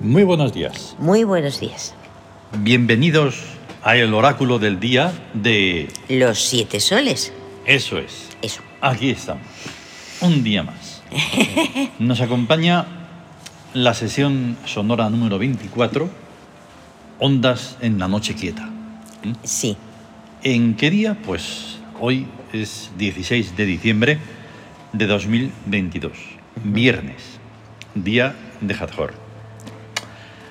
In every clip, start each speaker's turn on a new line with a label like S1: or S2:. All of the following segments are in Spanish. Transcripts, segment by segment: S1: Muy buenos días.
S2: Muy buenos días.
S1: Bienvenidos a el oráculo del día de...
S2: Los siete soles.
S1: Eso es.
S2: Eso.
S1: Aquí estamos. Un día más. Nos acompaña la sesión sonora número 24, Ondas en la Noche Quieta.
S2: Sí.
S1: ¿En qué día? Pues hoy es 16 de diciembre de 2022, viernes, día de Hathor.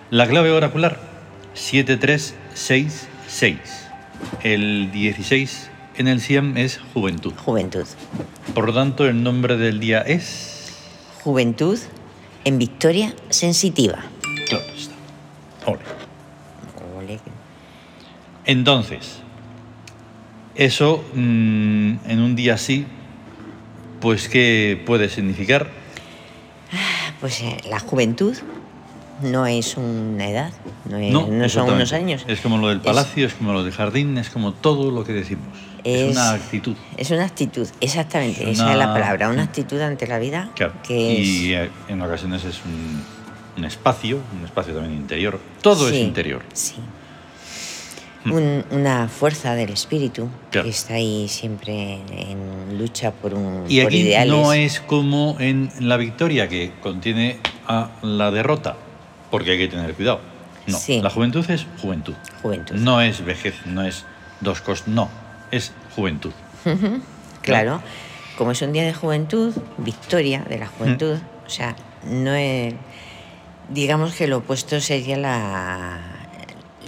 S1: La clave oracular 7366. El 16 en el Siam es juventud.
S2: Juventud.
S1: Por lo tanto, el nombre del día es.
S2: Juventud en victoria sensitiva.
S1: Claro está. Ole.
S2: Ole.
S1: Entonces, eso mm, en un día así, pues, ¿qué puede significar?
S2: Pues eh, la juventud no es una edad, no, es- Eh, no son
S1: exactamente.
S2: unos años.
S1: Es como lo del palacio, es, como lo del jardín, es como todo lo que decimos. Es,
S2: Es-
S1: una actitud.
S2: Es una actitud, exactamente,
S1: Es
S2: esa es la
S1: una-
S2: palabra, una actitud ante la vida
S1: Claro.
S2: que
S1: y
S2: es...
S1: eh, en ocasiones es un, un espacio, un espacio también interior. Todo es
S2: Sí,
S1: interior. Mm.
S2: Sí. Un- una fuerza del espíritu
S1: Claro.
S2: que está ahí siempre en lucha por un
S1: Y
S2: por
S1: aquí
S2: ideales.
S1: no es como en la victoria que contiene a la derrota, porque hay que tener cuidado. No,
S2: Sí.
S1: la juventud es juventud.
S2: Juventud.
S1: No es vejez, no es dos cosas, no, es juventud.
S2: Claro. Como es un día de juventud, victoria de la juventud,
S1: Mm.
S2: o sea, no es. Digamos que lo opuesto sería la,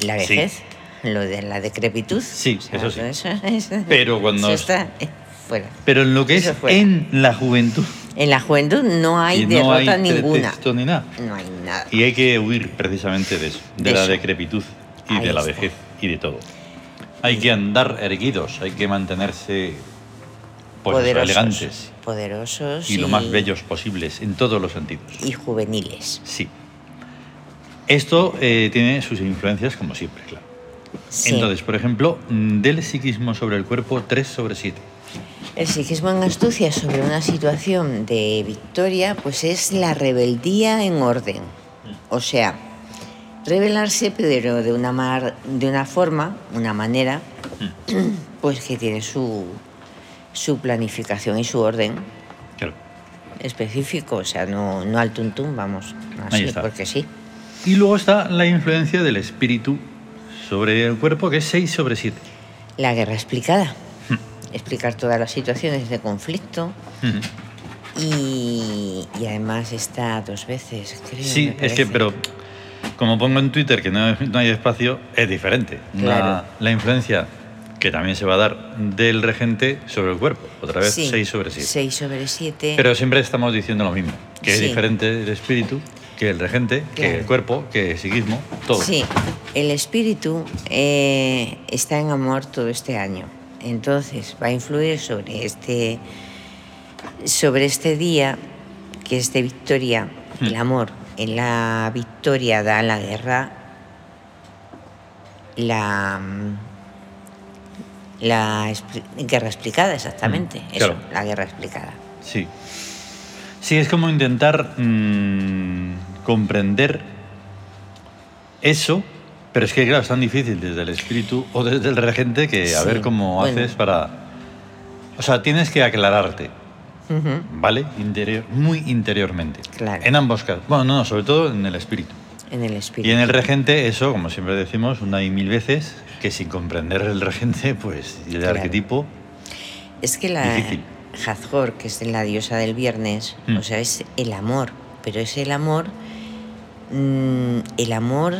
S2: la
S1: Sí.
S2: vejez, lo de la decrepitud.
S1: Sí,
S2: O sea,
S1: eso sí.
S2: todo es-
S1: Pero cuando
S2: eso
S1: es-
S2: está eh, fuera.
S1: Pero en lo que
S2: Eso
S1: es
S2: fuera.
S1: en la juventud,
S2: En la juventud no hay
S1: y no hay
S2: derrota ninguna.
S1: pretexto ni nada.
S2: No hay nada.
S1: Y hay que huir precisamente de eso, de,
S2: De
S1: la
S2: eso.
S1: decrepitud y
S2: Ahí
S1: de la
S2: está.
S1: vejez y de todo. Hay que andar erguidos, hay que mantenerse pues, eso, elegantes
S2: Poderosos.
S1: y lo más bellos posibles en todos los sentidos.
S2: Y juveniles.
S1: Sí. Esto eh, tiene sus influencias como siempre, claro.
S2: Sí.
S1: Entonces, por ejemplo, mm, del psiquismo sobre el cuerpo 3 sobre 7.
S2: El psiquismo en astucia sobre una situación de victoria, pues es la rebeldía en orden. O sea, rebelarse, pero de una, mar- de una forma, una manera,
S1: Hmm.
S2: pues que tiene su, su planificación y su orden
S1: Claro.
S2: específico. O sea, no, no al tuntún, vamos,
S1: Ahí
S2: así,
S1: está.
S2: porque sí.
S1: Y luego está la influencia del espíritu sobre el cuerpo, que es 6 sobre 7.
S2: La guerra explicada.
S1: Hmm.
S2: Explicar todas las situaciones de conflicto. Y, y además está dos veces, creo. me
S1: Sí, es que,
S2: parece.
S1: pero como pongo en Twitter que no, no hay espacio, es diferente.
S2: Claro.
S1: La, la influencia que también se va a dar del regente sobre el cuerpo, otra vez 6 sobre 7.
S2: 6 sobre 7.
S1: Pero siempre estamos diciendo lo mismo, que es
S2: Sí.
S1: diferente el espíritu, que el regente, que
S2: Claro.
S1: el cuerpo, que el psiquismo, todo.
S2: Sí, el espíritu eh, está en amor todo este año. Entonces va a influir sobre este, sobre este día, que es de victoria,
S1: Hmm.
S2: el amor. En la victoria da la guerra, la, mm, la expli- guerra explicada, exactamente.
S1: Hmm,
S2: Eso,
S1: claro.
S2: la guerra explicada.
S1: Sí. Sí, es como intentar mm, comprender eso, pero es que, claro, es tan difícil desde el espíritu o desde el regente que a
S2: Sí,
S1: ver cómo
S2: bueno.
S1: haces para... O sea, tienes que aclararte,
S2: Ujú,
S1: ¿vale? Interior, muy interiormente.
S2: Claro.
S1: En ambos casos. Bueno, no, sobre todo en el espíritu.
S2: En el
S1: Y
S2: espíritu.
S1: en el regente, eso, como siempre decimos, una y mil veces, que sin comprender el regente, pues, y el
S2: Claro.
S1: arquetipo,
S2: Es que la
S1: Difícil.
S2: Hathor, que es la diosa del viernes,
S1: Mm.
S2: o sea, es el amor, pero es el amor, mm, el amor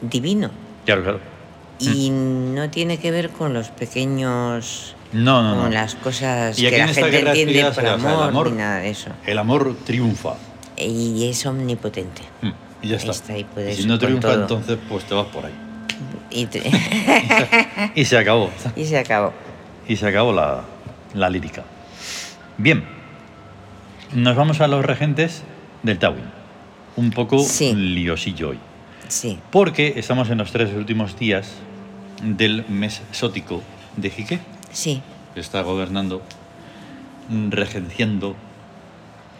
S2: divino.
S1: claro, claro.
S2: Y no tiene que ver con los pequeños,
S1: No, no, no.
S2: con las cosas
S1: Y aquí
S2: que la
S1: en esta
S2: gente
S1: guerra
S2: entiende
S1: explicada,
S2: por
S1: o sea, el
S2: amor,
S1: amor-
S2: ni nada de eso.
S1: El amor triunfa.
S2: Y es omnipotente.
S1: Mm, Y ya
S2: Ahí
S1: está.
S2: está, Este, y
S1: Y
S2: puedes
S1: si no
S2: con
S1: triunfa,
S2: todo.
S1: entonces pues te vas por ahí.
S2: Y, te- Eh.
S1: Y se acabó.
S2: y se acabó.
S1: Y se acabó la, la lírica. Bien. Nos vamos a los regentes del Tawin. Un poco
S2: Sí.
S1: liosillo hoy.
S2: Sí,
S1: Porque estamos en los tres últimos días del mes sótico de Jique.
S2: sí,
S1: que está gobernando, mm, regenciando,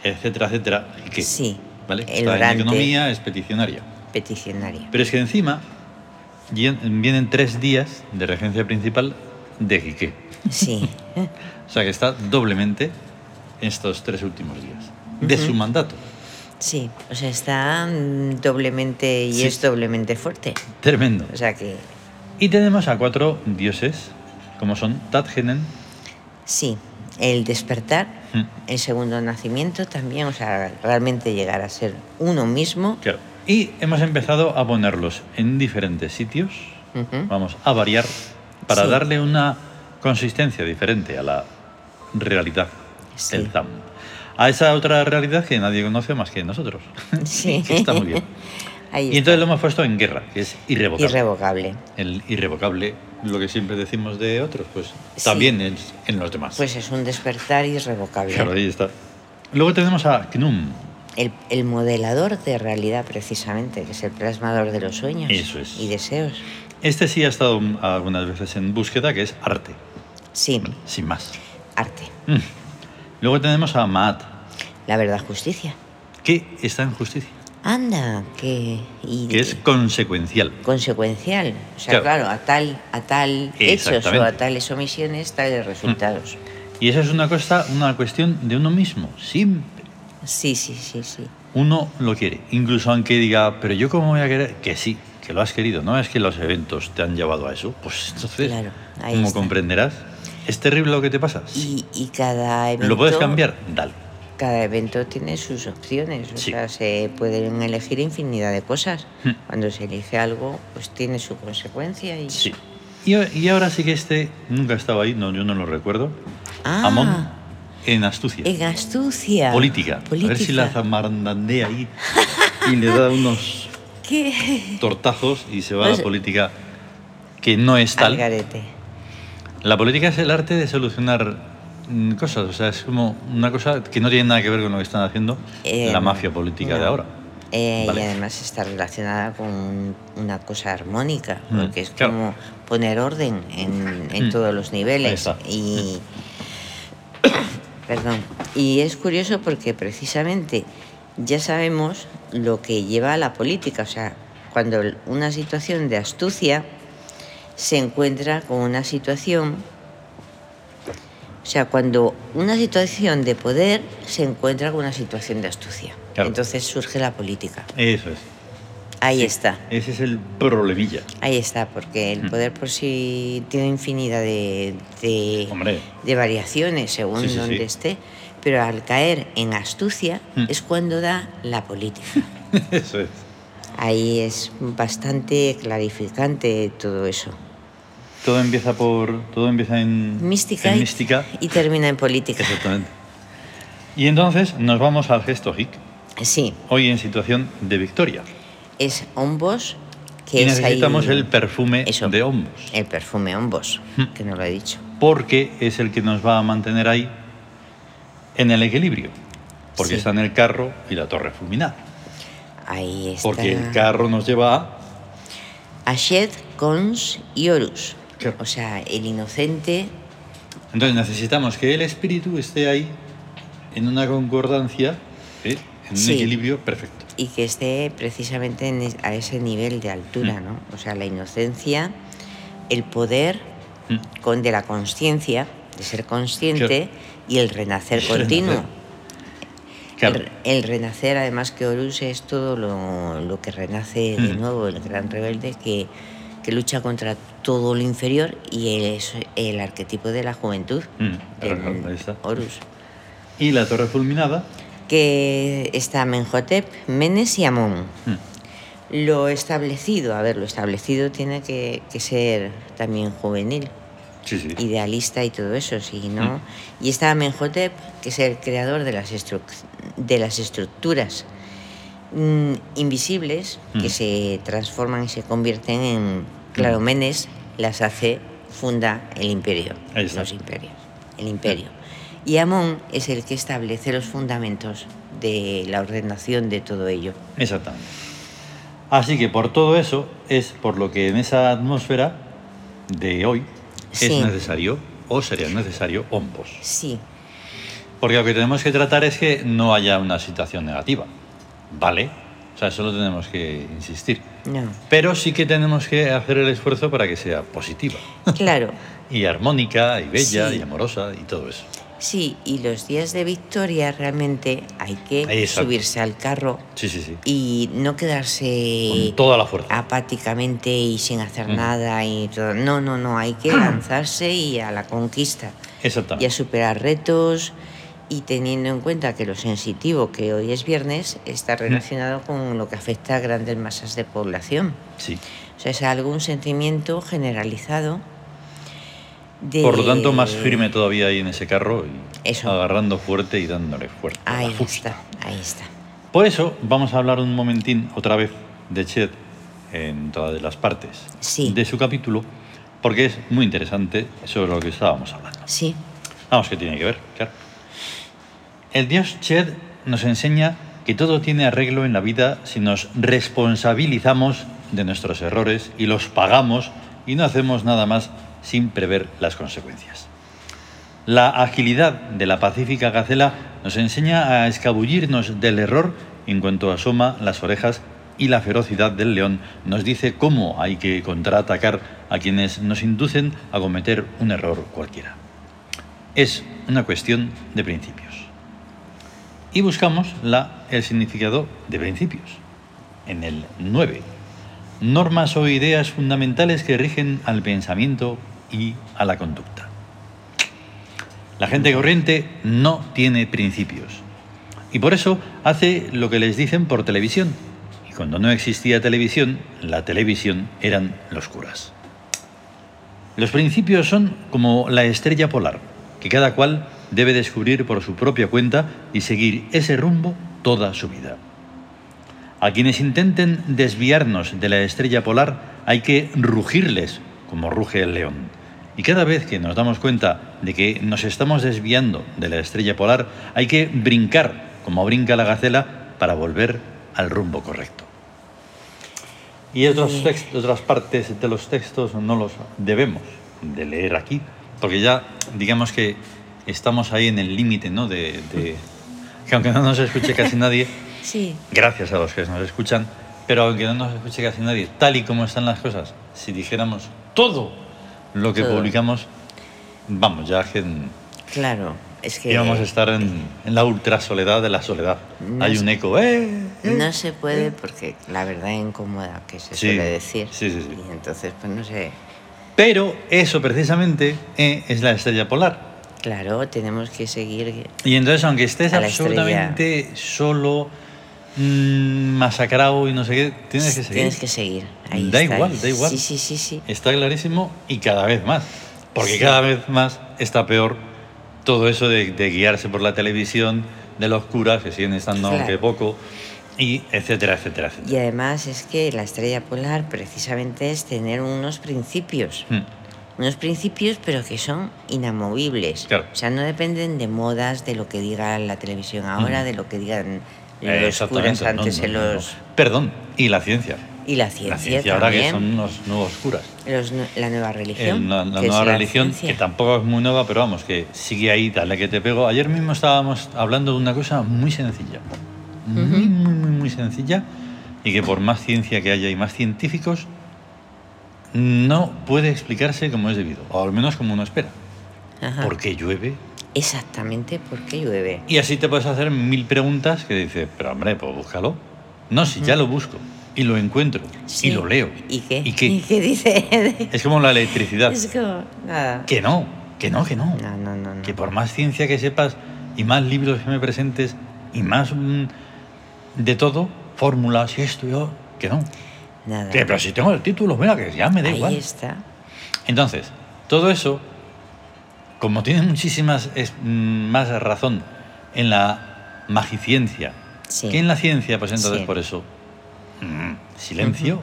S1: etcétera, etcétera. y que,
S2: Sí,
S1: ¿Vale?
S2: el
S1: Está en
S2: orante.
S1: economía, es peticionaria.
S2: peticionaria.
S1: Pero es que encima llen- vienen tres días de regencia principal de Quique.
S2: Sí,
S1: O sea que está doblemente estos tres últimos días de su mandato.
S2: sí. O sea, está mm, doblemente y
S1: Sí.
S2: es doblemente fuerte.
S1: Tremendo.
S2: O sea que
S1: Y tenemos a cuatro dioses, como son Tadgenen,
S2: sí, el despertar,
S1: Mm.
S2: el segundo nacimiento también, o sea, realmente llegar a ser uno mismo.
S1: claro. Y hemos empezado a ponerlos en diferentes sitios.
S2: Ujú.
S1: Vamos a variar para
S2: Sí.
S1: darle una consistencia diferente a la realidad
S2: Sí.
S1: del ZAM. A esa otra realidad que nadie conoce más que nosotros.
S2: Sí.
S1: Que está muy bien.
S2: Ahí
S1: Ah, Y
S2: está.
S1: entonces lo hemos puesto en guerra, que es irrevocable.
S2: Irrevocable.
S1: el irrevocable, lo que siempre decimos de otros, pues
S2: Sí.
S1: también es en los demás.
S2: Pues es un despertar irrevocable.
S1: Claro, ahí está. Luego tenemos a Knum.
S2: El, el modelador de realidad, precisamente, que es el plasmador de los sueños
S1: Eso es.
S2: y deseos.
S1: Este sí ha estado mm, algunas veces en búsqueda, que es arte,
S2: Sí,
S1: sin más.
S2: arte.
S1: Mm. Luego tenemos a Maat,
S2: La verdad, justicia.
S1: que está en justicia,
S2: Anda, que. Y
S1: que es consecuencial.
S2: consecuencial. O sea,
S1: Claro.
S2: claro, a tal, a tal hechos o
S1: Exactamente. Mm.
S2: a tales omisiones, tales resultados.
S1: Y eso es una, cosa, una cuestión de uno mismo, siempre.
S2: Sí, sí, sí, sí.
S1: Uno lo quiere, incluso aunque diga, pero yo cómo voy a querer, que sí, que lo has querido, no es que los eventos te han llevado a eso, pues entonces,
S2: Claro, ahí
S1: como
S2: está.
S1: comprenderás, es terrible lo que te pasa. Sí.
S2: Y, y cada evento.
S1: ¿Lo puedes cambiar? Dale.
S2: Cada evento tiene sus opciones, o
S1: Sí.
S2: sea, se pueden elegir infinidad de cosas.
S1: Hmm.
S2: Cuando se elige algo, pues tiene su consecuencia y
S1: Sí. Y, y ahora sí que este nunca estaba ahí, no, yo no lo recuerdo.
S2: Ah.
S1: Amón en astucia.
S2: En astucia.
S1: Política. A ver si la
S2: Política.
S1: zamardandea ahí y le da unos
S2: ¿Qué?
S1: tortazos y se va a
S2: Pues-
S1: la política que no es tal.
S2: Al garete.
S1: La política es el arte de solucionar mm, cosas, o sea, es como una cosa que no tiene nada que ver con lo que están haciendo
S2: Eh,
S1: la mafia política de
S2: no.
S1: ahora.
S2: Eh,
S1: Vale.
S2: Y además está relacionada con una cosa armónica,
S1: Mm,
S2: porque es
S1: claro.
S2: como poner orden en, en
S1: Mm.
S2: todos los
S1: Ahí
S2: niveles.
S1: está.
S2: Y. Perdón. Y es curioso porque precisamente ya sabemos lo que lleva a la política. O sea, cuando l- una situación de astucia se encuentra con una situación. O sea, cuando una situación de poder se encuentra con una situación de astucia.
S1: Claro.
S2: Entonces surge la política.
S1: Eso es.
S2: Ahí está.
S1: Ese es el problemilla.
S2: Ahí está, porque el
S1: Mm.
S2: poder por sí tiene infinidad de, de-
S1: Hombre.
S2: de variaciones según
S1: Sí, sí, sí.
S2: donde esté, pero al caer en astucia
S1: Mm.
S2: es cuando da la política.
S1: Eso es.
S2: Ahí es bastante clarificante todo eso.
S1: Todo empieza por. Todo empieza en.
S2: Mística,
S1: en
S2: y-
S1: mística.
S2: y termina en política.
S1: Exactamente. Y entonces nos vamos al gesto hic,
S2: Sí,
S1: hoy en situación de victoria.
S2: es hombos que
S1: Y
S2: es ahí-
S1: necesitamos el perfume
S2: Eso.
S1: de hombros,
S2: el perfume hombos,
S1: Mm.
S2: que no lo he dicho.
S1: porque es el que nos va a mantener ahí en el equilibrio, porque
S2: Sí.
S1: está en el carro y la torre fulminada.
S2: Ahí está.
S1: Porque el carro nos lleva a...
S2: Ashed, Cons y Horus.
S1: Claro.
S2: O sea, el inocente
S1: Entonces necesitamos que el espíritu esté ahí en una concordancia, ¿eh? en un
S2: Sí.
S1: equilibrio perfecto.
S2: y que esté precisamente en es- a ese nivel de altura,
S1: Mm.
S2: ¿no? O sea, la inocencia, el poder
S1: Mm.
S2: con, de la conciencia, de ser
S1: Claro.
S2: consciente y el renacer
S1: El
S2: continuo.
S1: renacer. Claro.
S2: El, el renacer, además que Horus es todo lo, lo que renace de
S1: Mm.
S2: nuevo, el gran rebelde que, que lucha contra todo lo inferior y es el arquetipo de la juventud,
S1: Mm, claro,
S2: el
S1: claro, ahí está.
S2: Horus,
S1: Y la torre fulminada.
S2: que está Menhotep, Menes y Amón.
S1: mm,
S2: Lo establecido, a ver, lo establecido tiene que, que ser también juvenil,
S1: Sí, sí.
S2: idealista y todo eso, si no.
S1: Mm.
S2: Y está Amenhotep, que es el creador de las, estru- de las estructuras mm, invisibles
S1: Mm.
S2: que se transforman y se convierten en. Claro,
S1: Mm.
S2: Menes las hace, funda el imperio,
S1: Ahí está.
S2: los imperios, el imperio. Y Amón es el que establece los fundamentos de la ordenación de todo ello.
S1: Exactamente. Así que por todo eso es por lo que en esa atmósfera de hoy
S2: Sí.
S1: es necesario o sería necesario hombos.
S2: Sí,
S1: Porque lo que tenemos que tratar es que no haya una situación negativa. Vale, O sea, eso lo tenemos que insistir.
S2: No.
S1: Pero sí que tenemos que hacer el esfuerzo para que sea positiva.
S2: Claro,
S1: Y armónica, y bella,
S2: Sí.
S1: y amorosa, y todo eso.
S2: sí, y los días de victoria realmente hay que
S1: Exacto.
S2: subirse al carro
S1: Sí, sí, sí.
S2: y no quedarse
S1: Con toda la fuerza.
S2: Ah, apáticamente y sin hacer
S1: Mm.
S2: nada y todo. No, no, no, hay que lanzarse y a la conquista y a
S1: Exactamente.
S2: superar retos y teniendo en cuenta que lo sensitivo que hoy es viernes
S1: Mm.
S2: está relacionado con lo que afecta a grandes masas de población.
S1: Sí.
S2: O sea, es algún sentimiento generalizado de...
S1: Por lo tanto, más firme todavía ahí en ese carro, y
S2: Eso.
S1: agarrando fuerte y dándole fuerte. a la
S2: Ahí
S1: fusta.
S2: está, ahí está.
S1: Por eso vamos a hablar un momentín otra vez de Chet en todas las partes
S2: Sí.
S1: de su capítulo, porque es muy interesante sobre lo que estábamos hablando.
S2: Sí,
S1: Vamos, Ah, que tiene que ver, claro. El dios Chet nos enseña que todo tiene arreglo en la vida si nos responsabilizamos de nuestros errores y los pagamos y no hacemos nada más sin prever las consecuencias. La agilidad de la pacífica gacela nos enseña a escabullirnos del error en cuanto asoma las orejas y la ferocidad del león nos dice cómo hay que contraatacar a quienes nos inducen a cometer un error cualquiera. Es una cuestión de principios. Y buscamos la- el significado de principios en el 9. Normas o ideas fundamentales que rigen al pensamiento y a la conducta. La gente corriente no tiene principios. Y por eso hace lo que les dicen por televisión. Y cuando no existía televisión, la televisión eran los curas. Los principios son como la estrella polar, que cada cual debe descubrir por su propia cuenta y seguir ese rumbo toda su vida. A quienes intenten desviarnos de la estrella polar hay que rugirles como ruge el león. Y cada vez que nos damos cuenta de que nos estamos desviando de la estrella polar, hay que brincar como brinca la gacela para volver al rumbo correcto. Y otros
S2: Bien.
S1: text- otras partes de los textos no los debemos de leer aquí, porque ya digamos que estamos ahí en el límite, ¿no? De, de- que aunque no nos escuche casi nadie,
S2: sí,
S1: gracias a los que nos escuchan, pero aunque no nos escuche casi nadie, tal y como están las cosas, si dijéramos todo lo que
S2: Todo.
S1: publicamos, vamos, ya que en-
S2: claro. Es que
S1: íbamos a estar en, en la ultra soledad de la soledad.
S2: No
S1: Hay
S2: sé.
S1: un eco, ¡eh! eh!
S2: no se puede porque la verdad incomoda que se
S1: Sí,
S2: suele decir.
S1: sí, sí, sí.
S2: Y entonces, pues no sé.
S1: Pero eso precisamente eh, es la estrella polar.
S2: Claro, tenemos que seguir.
S1: Y entonces, aunque estés
S2: A la estrella.
S1: absolutamente solo, mm, masacrado y no sé qué, tienes que seguir.
S2: Tienes que seguir. Ahí
S1: Da
S2: está.
S1: igual, da igual.
S2: Sí, sí, sí, sí.
S1: Está clarísimo y cada vez más. Porque
S2: Sí.
S1: cada vez más está peor todo eso de, de guiarse por la televisión, de los curas que siguen estando
S2: Claro.
S1: aunque poco, y etcétera, etcétera, etcétera.
S2: Y además es que la estrella polar precisamente es tener unos principios.
S1: Mm,
S2: Unos principios, pero que son inamovibles.
S1: Claro.
S2: O sea, no dependen de modas, de lo que diga la televisión ahora,
S1: Ujú.
S2: de lo que digan
S1: eh,
S2: los curas
S1: Mm. exactamente, no,
S2: antes
S1: no,
S2: en
S1: no, no.
S2: los.
S1: Perdón, y la ciencia.
S2: Y la ciencia,
S1: la ciencia ahora
S2: también.
S1: que son unos nuevos curas.
S2: Los nu- la nueva religión.
S1: El- la la
S2: que es
S1: nueva religión,
S2: ciencia.
S1: que tampoco es muy nueva, pero vamos, que sigue ahí, dale que te pego. Ayer mismo estábamos hablando de una cosa muy sencilla, muy,
S2: Ujú.
S1: muy, muy, muy sencilla, y que por más ciencia que haya y más científicos, no puede explicarse como es debido, o al menos como uno espera.
S2: Ajá.
S1: ¿Por qué llueve?
S2: Exactamente, ¿por qué llueve?
S1: Y así te puedes hacer mil preguntas que dices, pero hombre, pues búscalo. No, si ya lo busco y lo encuentro
S2: Sí.
S1: y lo leo.
S2: ¿Y qué?
S1: ¿Y qué?
S2: dice?
S1: Es como la electricidad.
S2: es como nada.
S1: Que no, que no, que no.
S2: No, no, no. no.
S1: que por más ciencia que sepas y más libros que me presentes y más mm, de todo, fórmulas y esto, yo, que no.
S2: Nada.
S1: Que, pero si tengo el título, mira, que ya me da
S2: Ahí
S1: igual.
S2: está.
S1: Entonces, todo eso, como tiene muchísimas es- mm, más razón en la magiciencia
S2: Sí.
S1: que en la ciencia, pues entonces
S2: Sí.
S1: por eso, mm, silencio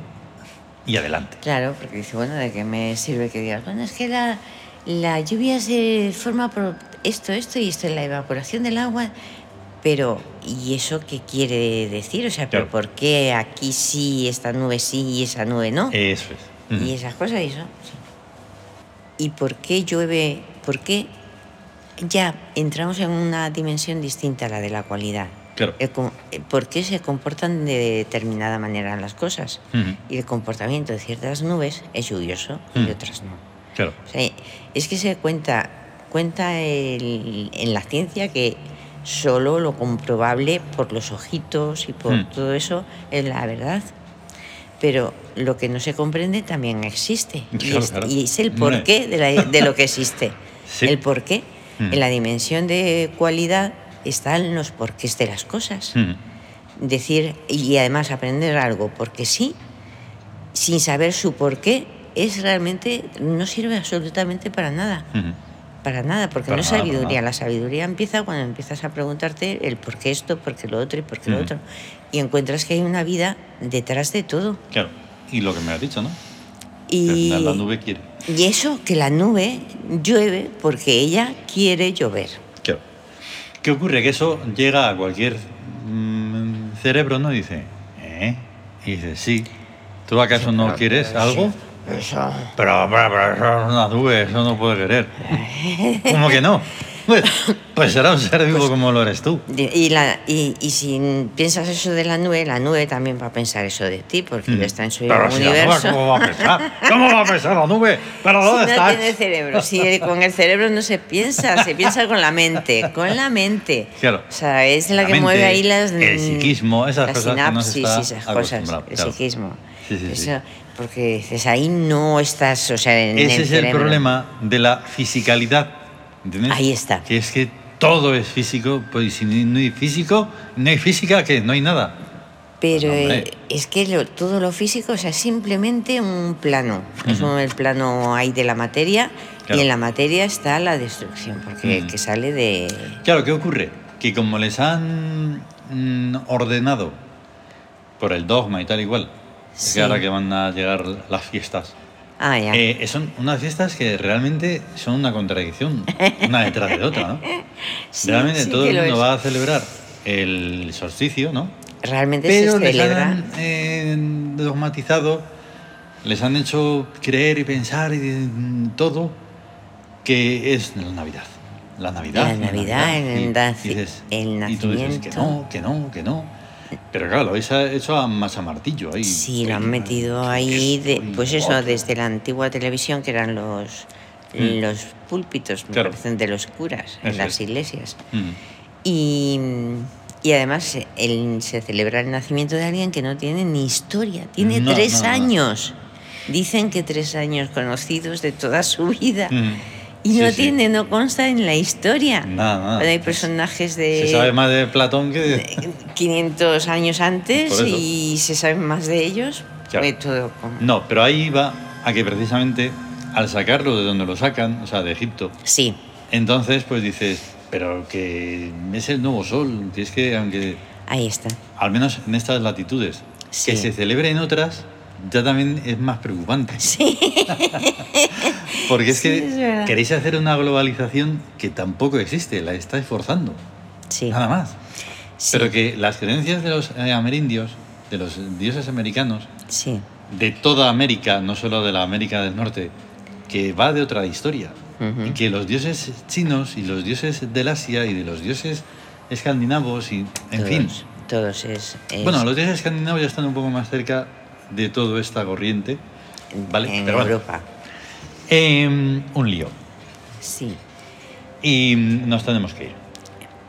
S1: y adelante.
S2: Claro, porque dice, bueno, ¿de qué me sirve que digas? Bueno, es que la, la lluvia se forma por esto, esto y esto, la evaporación del agua. Pero, ¿y eso qué quiere decir? O sea, ¿pero
S1: Claro.
S2: por qué aquí sí, esta nube sí y esa nube no?
S1: Eso es. Mm.
S2: Ah. Y esas cosas, y eso. ¿Y por qué llueve? ¿Por qué ya entramos en una dimensión distinta a la de la cualidad?
S1: Claro.
S2: el com- eh, por qué se comportan de determinada manera las cosas.
S1: Ujú.
S2: Y el comportamiento de ciertas nubes es lluvioso y
S1: Mm.
S2: de otras no.
S1: Claro.
S2: O sea, es que se cuenta, cuenta el- en la ciencia que solo lo comprobable por los ojitos y por
S1: Mm.
S2: todo eso es la verdad. Pero lo que no se comprende también existe. y,
S1: Claro,
S2: es,
S1: claro.
S2: y es el
S1: Hombre.
S2: porqué de, la- de lo que existe.
S1: Sí.
S2: El porqué.
S1: Mm.
S2: En la dimensión de cualidad están los porqués de las cosas
S1: Ujú.
S2: decir y además aprender algo porque sí, sin saber su por qué, es realmente, no sirve absolutamente para nada.
S1: Ujú.
S2: Para nada, porque
S1: Para
S2: no es
S1: nada, para
S2: sabiduría.
S1: nada.
S2: La sabiduría empieza cuando empiezas a preguntarte el por qué esto, por qué lo otro y por qué
S1: Ujú.
S2: lo otro. Y encuentras que hay una vida detrás de todo.
S1: Claro. Y lo que me has dicho, ¿no? Que al
S2: Y,
S1: final la nube quiere.
S2: y eso, que la nube llueve porque ella quiere llover.
S1: Claro. ¿Qué ocurre? Que eso llega a cualquier mm, cerebro, ¿no? Dice, ¿eh? Y dice, sí. ¿Tú acaso no quieres algo?
S2: Eso.
S1: Pero, pero, pero eso es una nube, eso no puede querer. ¿Cómo que no? Pues, pues será un ser vivo como lo eres tú.
S2: De- Y, la, y, y si piensas eso de la nube, la nube también va a pensar eso de ti, porque ya está en su
S1: Pero Mm. si la nube,
S2: universo.
S1: ¿cómo va a pesar? ¿Cómo va a pesar la nube? ¿Pero dónde
S2: si no
S1: estás?
S2: tiene cerebro, si con el cerebro no se piensa, se piensa con la mente, con la mente.
S1: Claro.
S2: O sea, es la,
S1: La
S2: que
S1: mente,
S2: mueve ahí las
S1: el psiquismo, esas
S2: las
S1: cosas que no se
S2: sinapsis
S1: está
S2: y esas cosas,
S1: acostumbrado,
S2: el
S1: claro.
S2: psiquismo.
S1: Sí, sí, sí.
S2: Eso, porque dices, ahí no estás, o sea, en
S1: Ese
S2: el
S1: es el
S2: cerebro.
S1: problema de la fisicalidad. ¿entiendes?
S2: Ahí está.
S1: Que es que todo es físico, pues y si no hay físico, no hay física, que no hay nada.
S2: Pero
S1: Pues, hombre.
S2: eh, es que lo- todo lo físico, o sea, simplemente un plano. Es
S1: Ujú.
S2: un- el plano ahí de la materia
S1: Claro.
S2: y en la materia está la destrucción, porque
S1: Ujú.
S2: que sale de...
S1: Claro, ¿qué ocurre? Que como les han mm, ordenado por el dogma y tal igual, es
S2: Sí.
S1: que ahora que van a llegar las fiestas,
S2: Ah, ya.
S1: eh, son unas fiestas que realmente son una contradicción, una detrás de otra, ¿no?
S2: Sí,
S1: realmente
S2: sí
S1: todo
S2: que
S1: el
S2: lo
S1: mundo
S2: es.
S1: va a celebrar el solsticio, ¿no?
S2: Realmente
S1: Pero
S2: se
S1: les
S2: celebra.
S1: han eh, dogmatizado, les han hecho creer y pensar y mm, todo que es la Navidad. La Navidad.
S2: La Navidad, el naci- el
S1: y tú dices que no,
S2: nacimiento.
S1: que no, que no. Pero claro, lo habéis hecho a masa martillo ahí.
S2: Sí, lo han
S1: Oye,
S2: metido
S1: que
S2: ahí,
S1: esto
S2: de-
S1: y
S2: pues
S1: lo
S2: eso,
S1: otro.
S2: desde la antigua televisión, que eran los,
S1: Mm.
S2: los púlpitos, me
S1: Claro.
S2: parecen, de los curas en
S1: Eso
S2: las
S1: es.
S2: iglesias.
S1: Mm,
S2: Y, y además el- se celebra el nacimiento de alguien que no tiene ni historia, tiene
S1: No,
S2: tres
S1: no, no.
S2: años. Dicen que tres años conocidos de toda su vida.
S1: mm.
S2: Y
S1: Sí,
S2: no
S1: sí.
S2: tiene, no consta en la historia.
S1: Nada, nada.
S2: Bueno, hay personajes
S1: Se sabe
S2: de
S1: más de Platón que de...
S2: 500 años antes
S1: Por eso. Mm.
S2: y se sabe más de ellos.
S1: Claro.
S2: Pues todo con-
S1: No, pero ahí va a que precisamente al sacarlo de donde lo sacan, o sea, de Egipto,
S2: Sí,
S1: Entonces, pues dices, pero que es el nuevo sol, que es que aunque,
S2: ahí está.
S1: al menos en estas latitudes,
S2: Sí.
S1: que se celebre en otras, ya también es más preocupante.
S2: Sí,
S1: Porque es
S2: Sí,
S1: que
S2: es verdad.
S1: queréis hacer una globalización que tampoco existe, la estáis forzando,
S2: sí.
S1: nada más.
S2: sí,
S1: Ah, Pero que las creencias de los eh, amerindios, de los dioses americanos,
S2: sí.
S1: de toda América, no solo de la América del Norte, que va de otra historia.
S2: Ujú.
S1: Y que los dioses chinos y los dioses del Asia y de los dioses escandinavos y, en
S2: todos,
S1: fin.
S2: Todos es. es-
S1: Bueno, los dioses escandinavos ya están un poco más cerca de toda esta corriente. Vale,
S2: en
S1: pero bueno.
S2: Europa.
S1: Em, un lío.
S2: Sí.
S1: Y mm, nos tenemos que ir.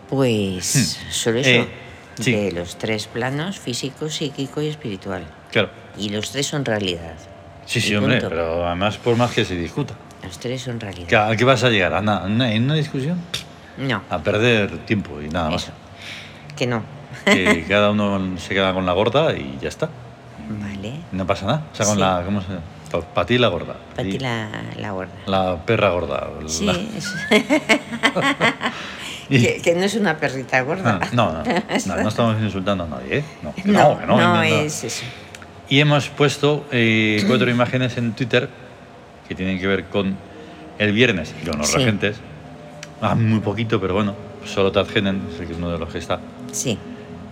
S2: Pues
S1: Hmm.
S2: solo eso.
S1: Eh, sí.
S2: De los tres planos, físico, psíquico y espiritual.
S1: Claro.
S2: Y los tres son realidad.
S1: Sí, sí,
S2: Y
S1: hombre,
S2: punto.
S1: pero además por más que se discuta.
S2: Los tres son realidad.
S1: ¿Que ¿A qué vas a llegar? ¿A na- na- ¿En una discusión?
S2: No,
S1: A perder tiempo y nada más.
S2: eso. Que no.
S1: Que cada uno se queda con la gorda y ya está.
S2: Vale.
S1: No pasa nada. O sea, con
S2: Sí.
S1: la. ¿Cómo se Para ti la gorda.
S2: Para ti
S1: Y
S2: la, la gorda.
S1: la perra gorda. o la-
S2: Sí, es-
S1: y-
S2: que, que no es una perrita
S1: Ah,
S2: gorda.
S1: No, no, no, no estamos insultando a nadie, ¿eh? No, que
S2: No,
S1: no, que
S2: no,
S1: no,
S2: es eso.
S1: Y hemos puesto eh, cuatro imágenes en Twitter que tienen que ver con el viernes y con los
S2: Sí.
S1: regentes. Ah, muy poquito, pero bueno, solo Tad Hennen, es el que es uno de los que está
S2: Sí,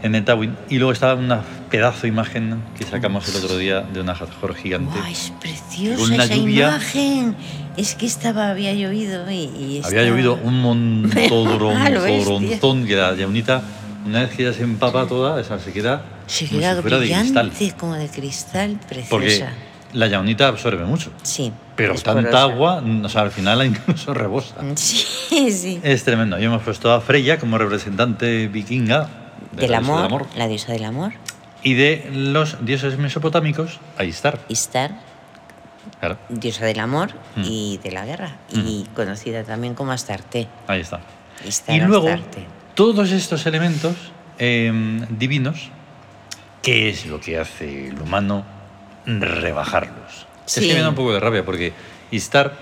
S1: en el Tawin. Y luego está una pedazo de imagen que sacamos el otro día de una Hathor gigante.
S2: Buah, es preciosa
S1: Con la
S2: esa
S1: lluvia-
S2: imagen. Es que estaba, había llovido y, y
S1: Había
S2: estaba-
S1: llovido un
S2: Pero a Ah, lo bestia.
S1: montón, que la Yaunita Una vez que ya se empapa toda, esa se queda,
S2: Se
S1: como
S2: queda
S1: si fuera de
S2: brillante,
S1: cristal.
S2: como de cristal,
S1: Porque
S2: preciosa.
S1: la llaunita absorbe mucho.
S2: Sí.
S1: Pero
S2: es
S1: tanta
S2: porosa. Mm.
S1: agua, mm, o sea, al final incluso rebosa.
S2: Sí, sí.
S1: Es tremendo. Y hemos puesto a Freya como representante vikinga de
S2: Del
S1: la diosa
S2: amor, la diosa del amor.
S1: Y de los dioses mesopotámicos, a Istar.
S2: Istar,
S1: Claro,
S2: diosa del amor
S1: Mm.
S2: y de la guerra. Y conocida también como Astarte.
S1: ahí está.
S2: Istar,
S1: Y luego,
S2: Astarte.
S1: todos estos elementos eh, divinos, ¿qué es lo que hace el humano? Rebajarlos. Es
S2: Sí. Ah.
S1: que me da un poco de rabia porque Istar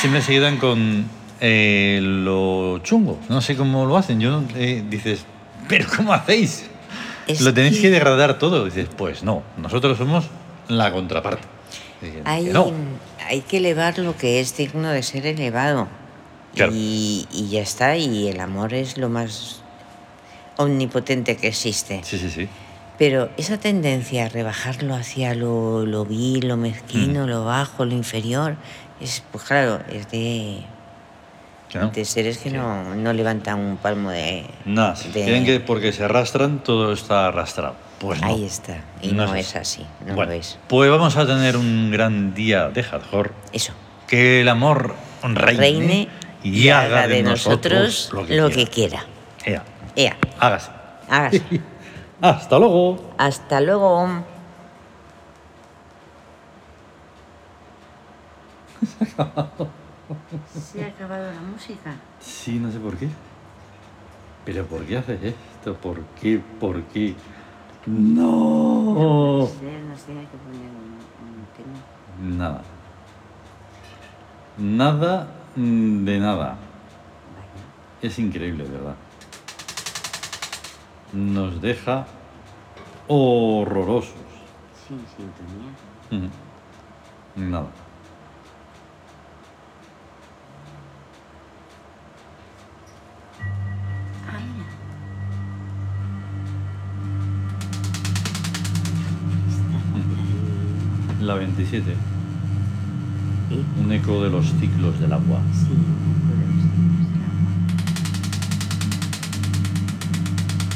S1: siempre se quedan con eh, lo chungo. No sé cómo lo hacen. Yo no- eh, dices, ¿pero cómo hacéis?
S2: Es
S1: lo tenéis que
S2: que-
S1: degradar todo. Dices, pues no, nosotros somos la contraparte. Dicen,
S2: Hay,
S1: "Que no".
S2: hay que elevar lo que es digno de ser elevado.
S1: Claro.
S2: Y, y ya está, y el amor es lo más omnipotente que existe.
S1: Sí, sí, sí.
S2: Pero esa tendencia a rebajarlo hacia lo, lo vil, lo mezquino,
S1: Mm.
S2: lo bajo, lo inferior, es, pues claro, es de,
S1: Que no.
S2: de seres que no, no levantan un palmo de...
S1: Nada, si
S2: de-
S1: creen que porque se arrastran todo está arrastrado. Pues no.
S2: Ahí está, y
S1: No
S2: no,
S1: es
S2: es así, no
S1: Bueno,
S2: lo es.
S1: Pues vamos a tener un gran día de hardcore.
S2: Eso,
S1: Que el amor reine,
S2: reine
S1: y, haga de nosotros, lo que, quiera.
S2: quiera.
S1: Ea,
S2: Ea,
S1: hágase.
S2: hágase.
S1: Hasta luego.
S2: Hasta luego. Se ha acabado la música.
S1: Sí, no sé por qué. Pero ¿por qué haces esto? ¿Por qué? ¿Por qué? No.
S2: Nos tiene que poner un, un tema.
S1: Nada. Nada mm, de nada. Es increíble, de ¿verdad? Nos deja horrorosos.
S2: Sin sintonía.
S1: Ujú. Nada.
S2: Ah,
S1: La 27.
S2: Sí.
S1: Un eco de los ciclos del agua.
S2: Sí,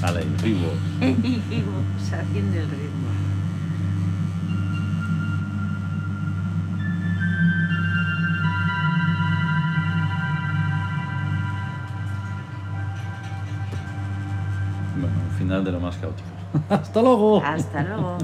S1: Al arribo.
S2: Seguimos haciendo el ritmo.
S1: Bueno, un final de lo más caótico. ¡Hasta luego!
S2: Hasta luego.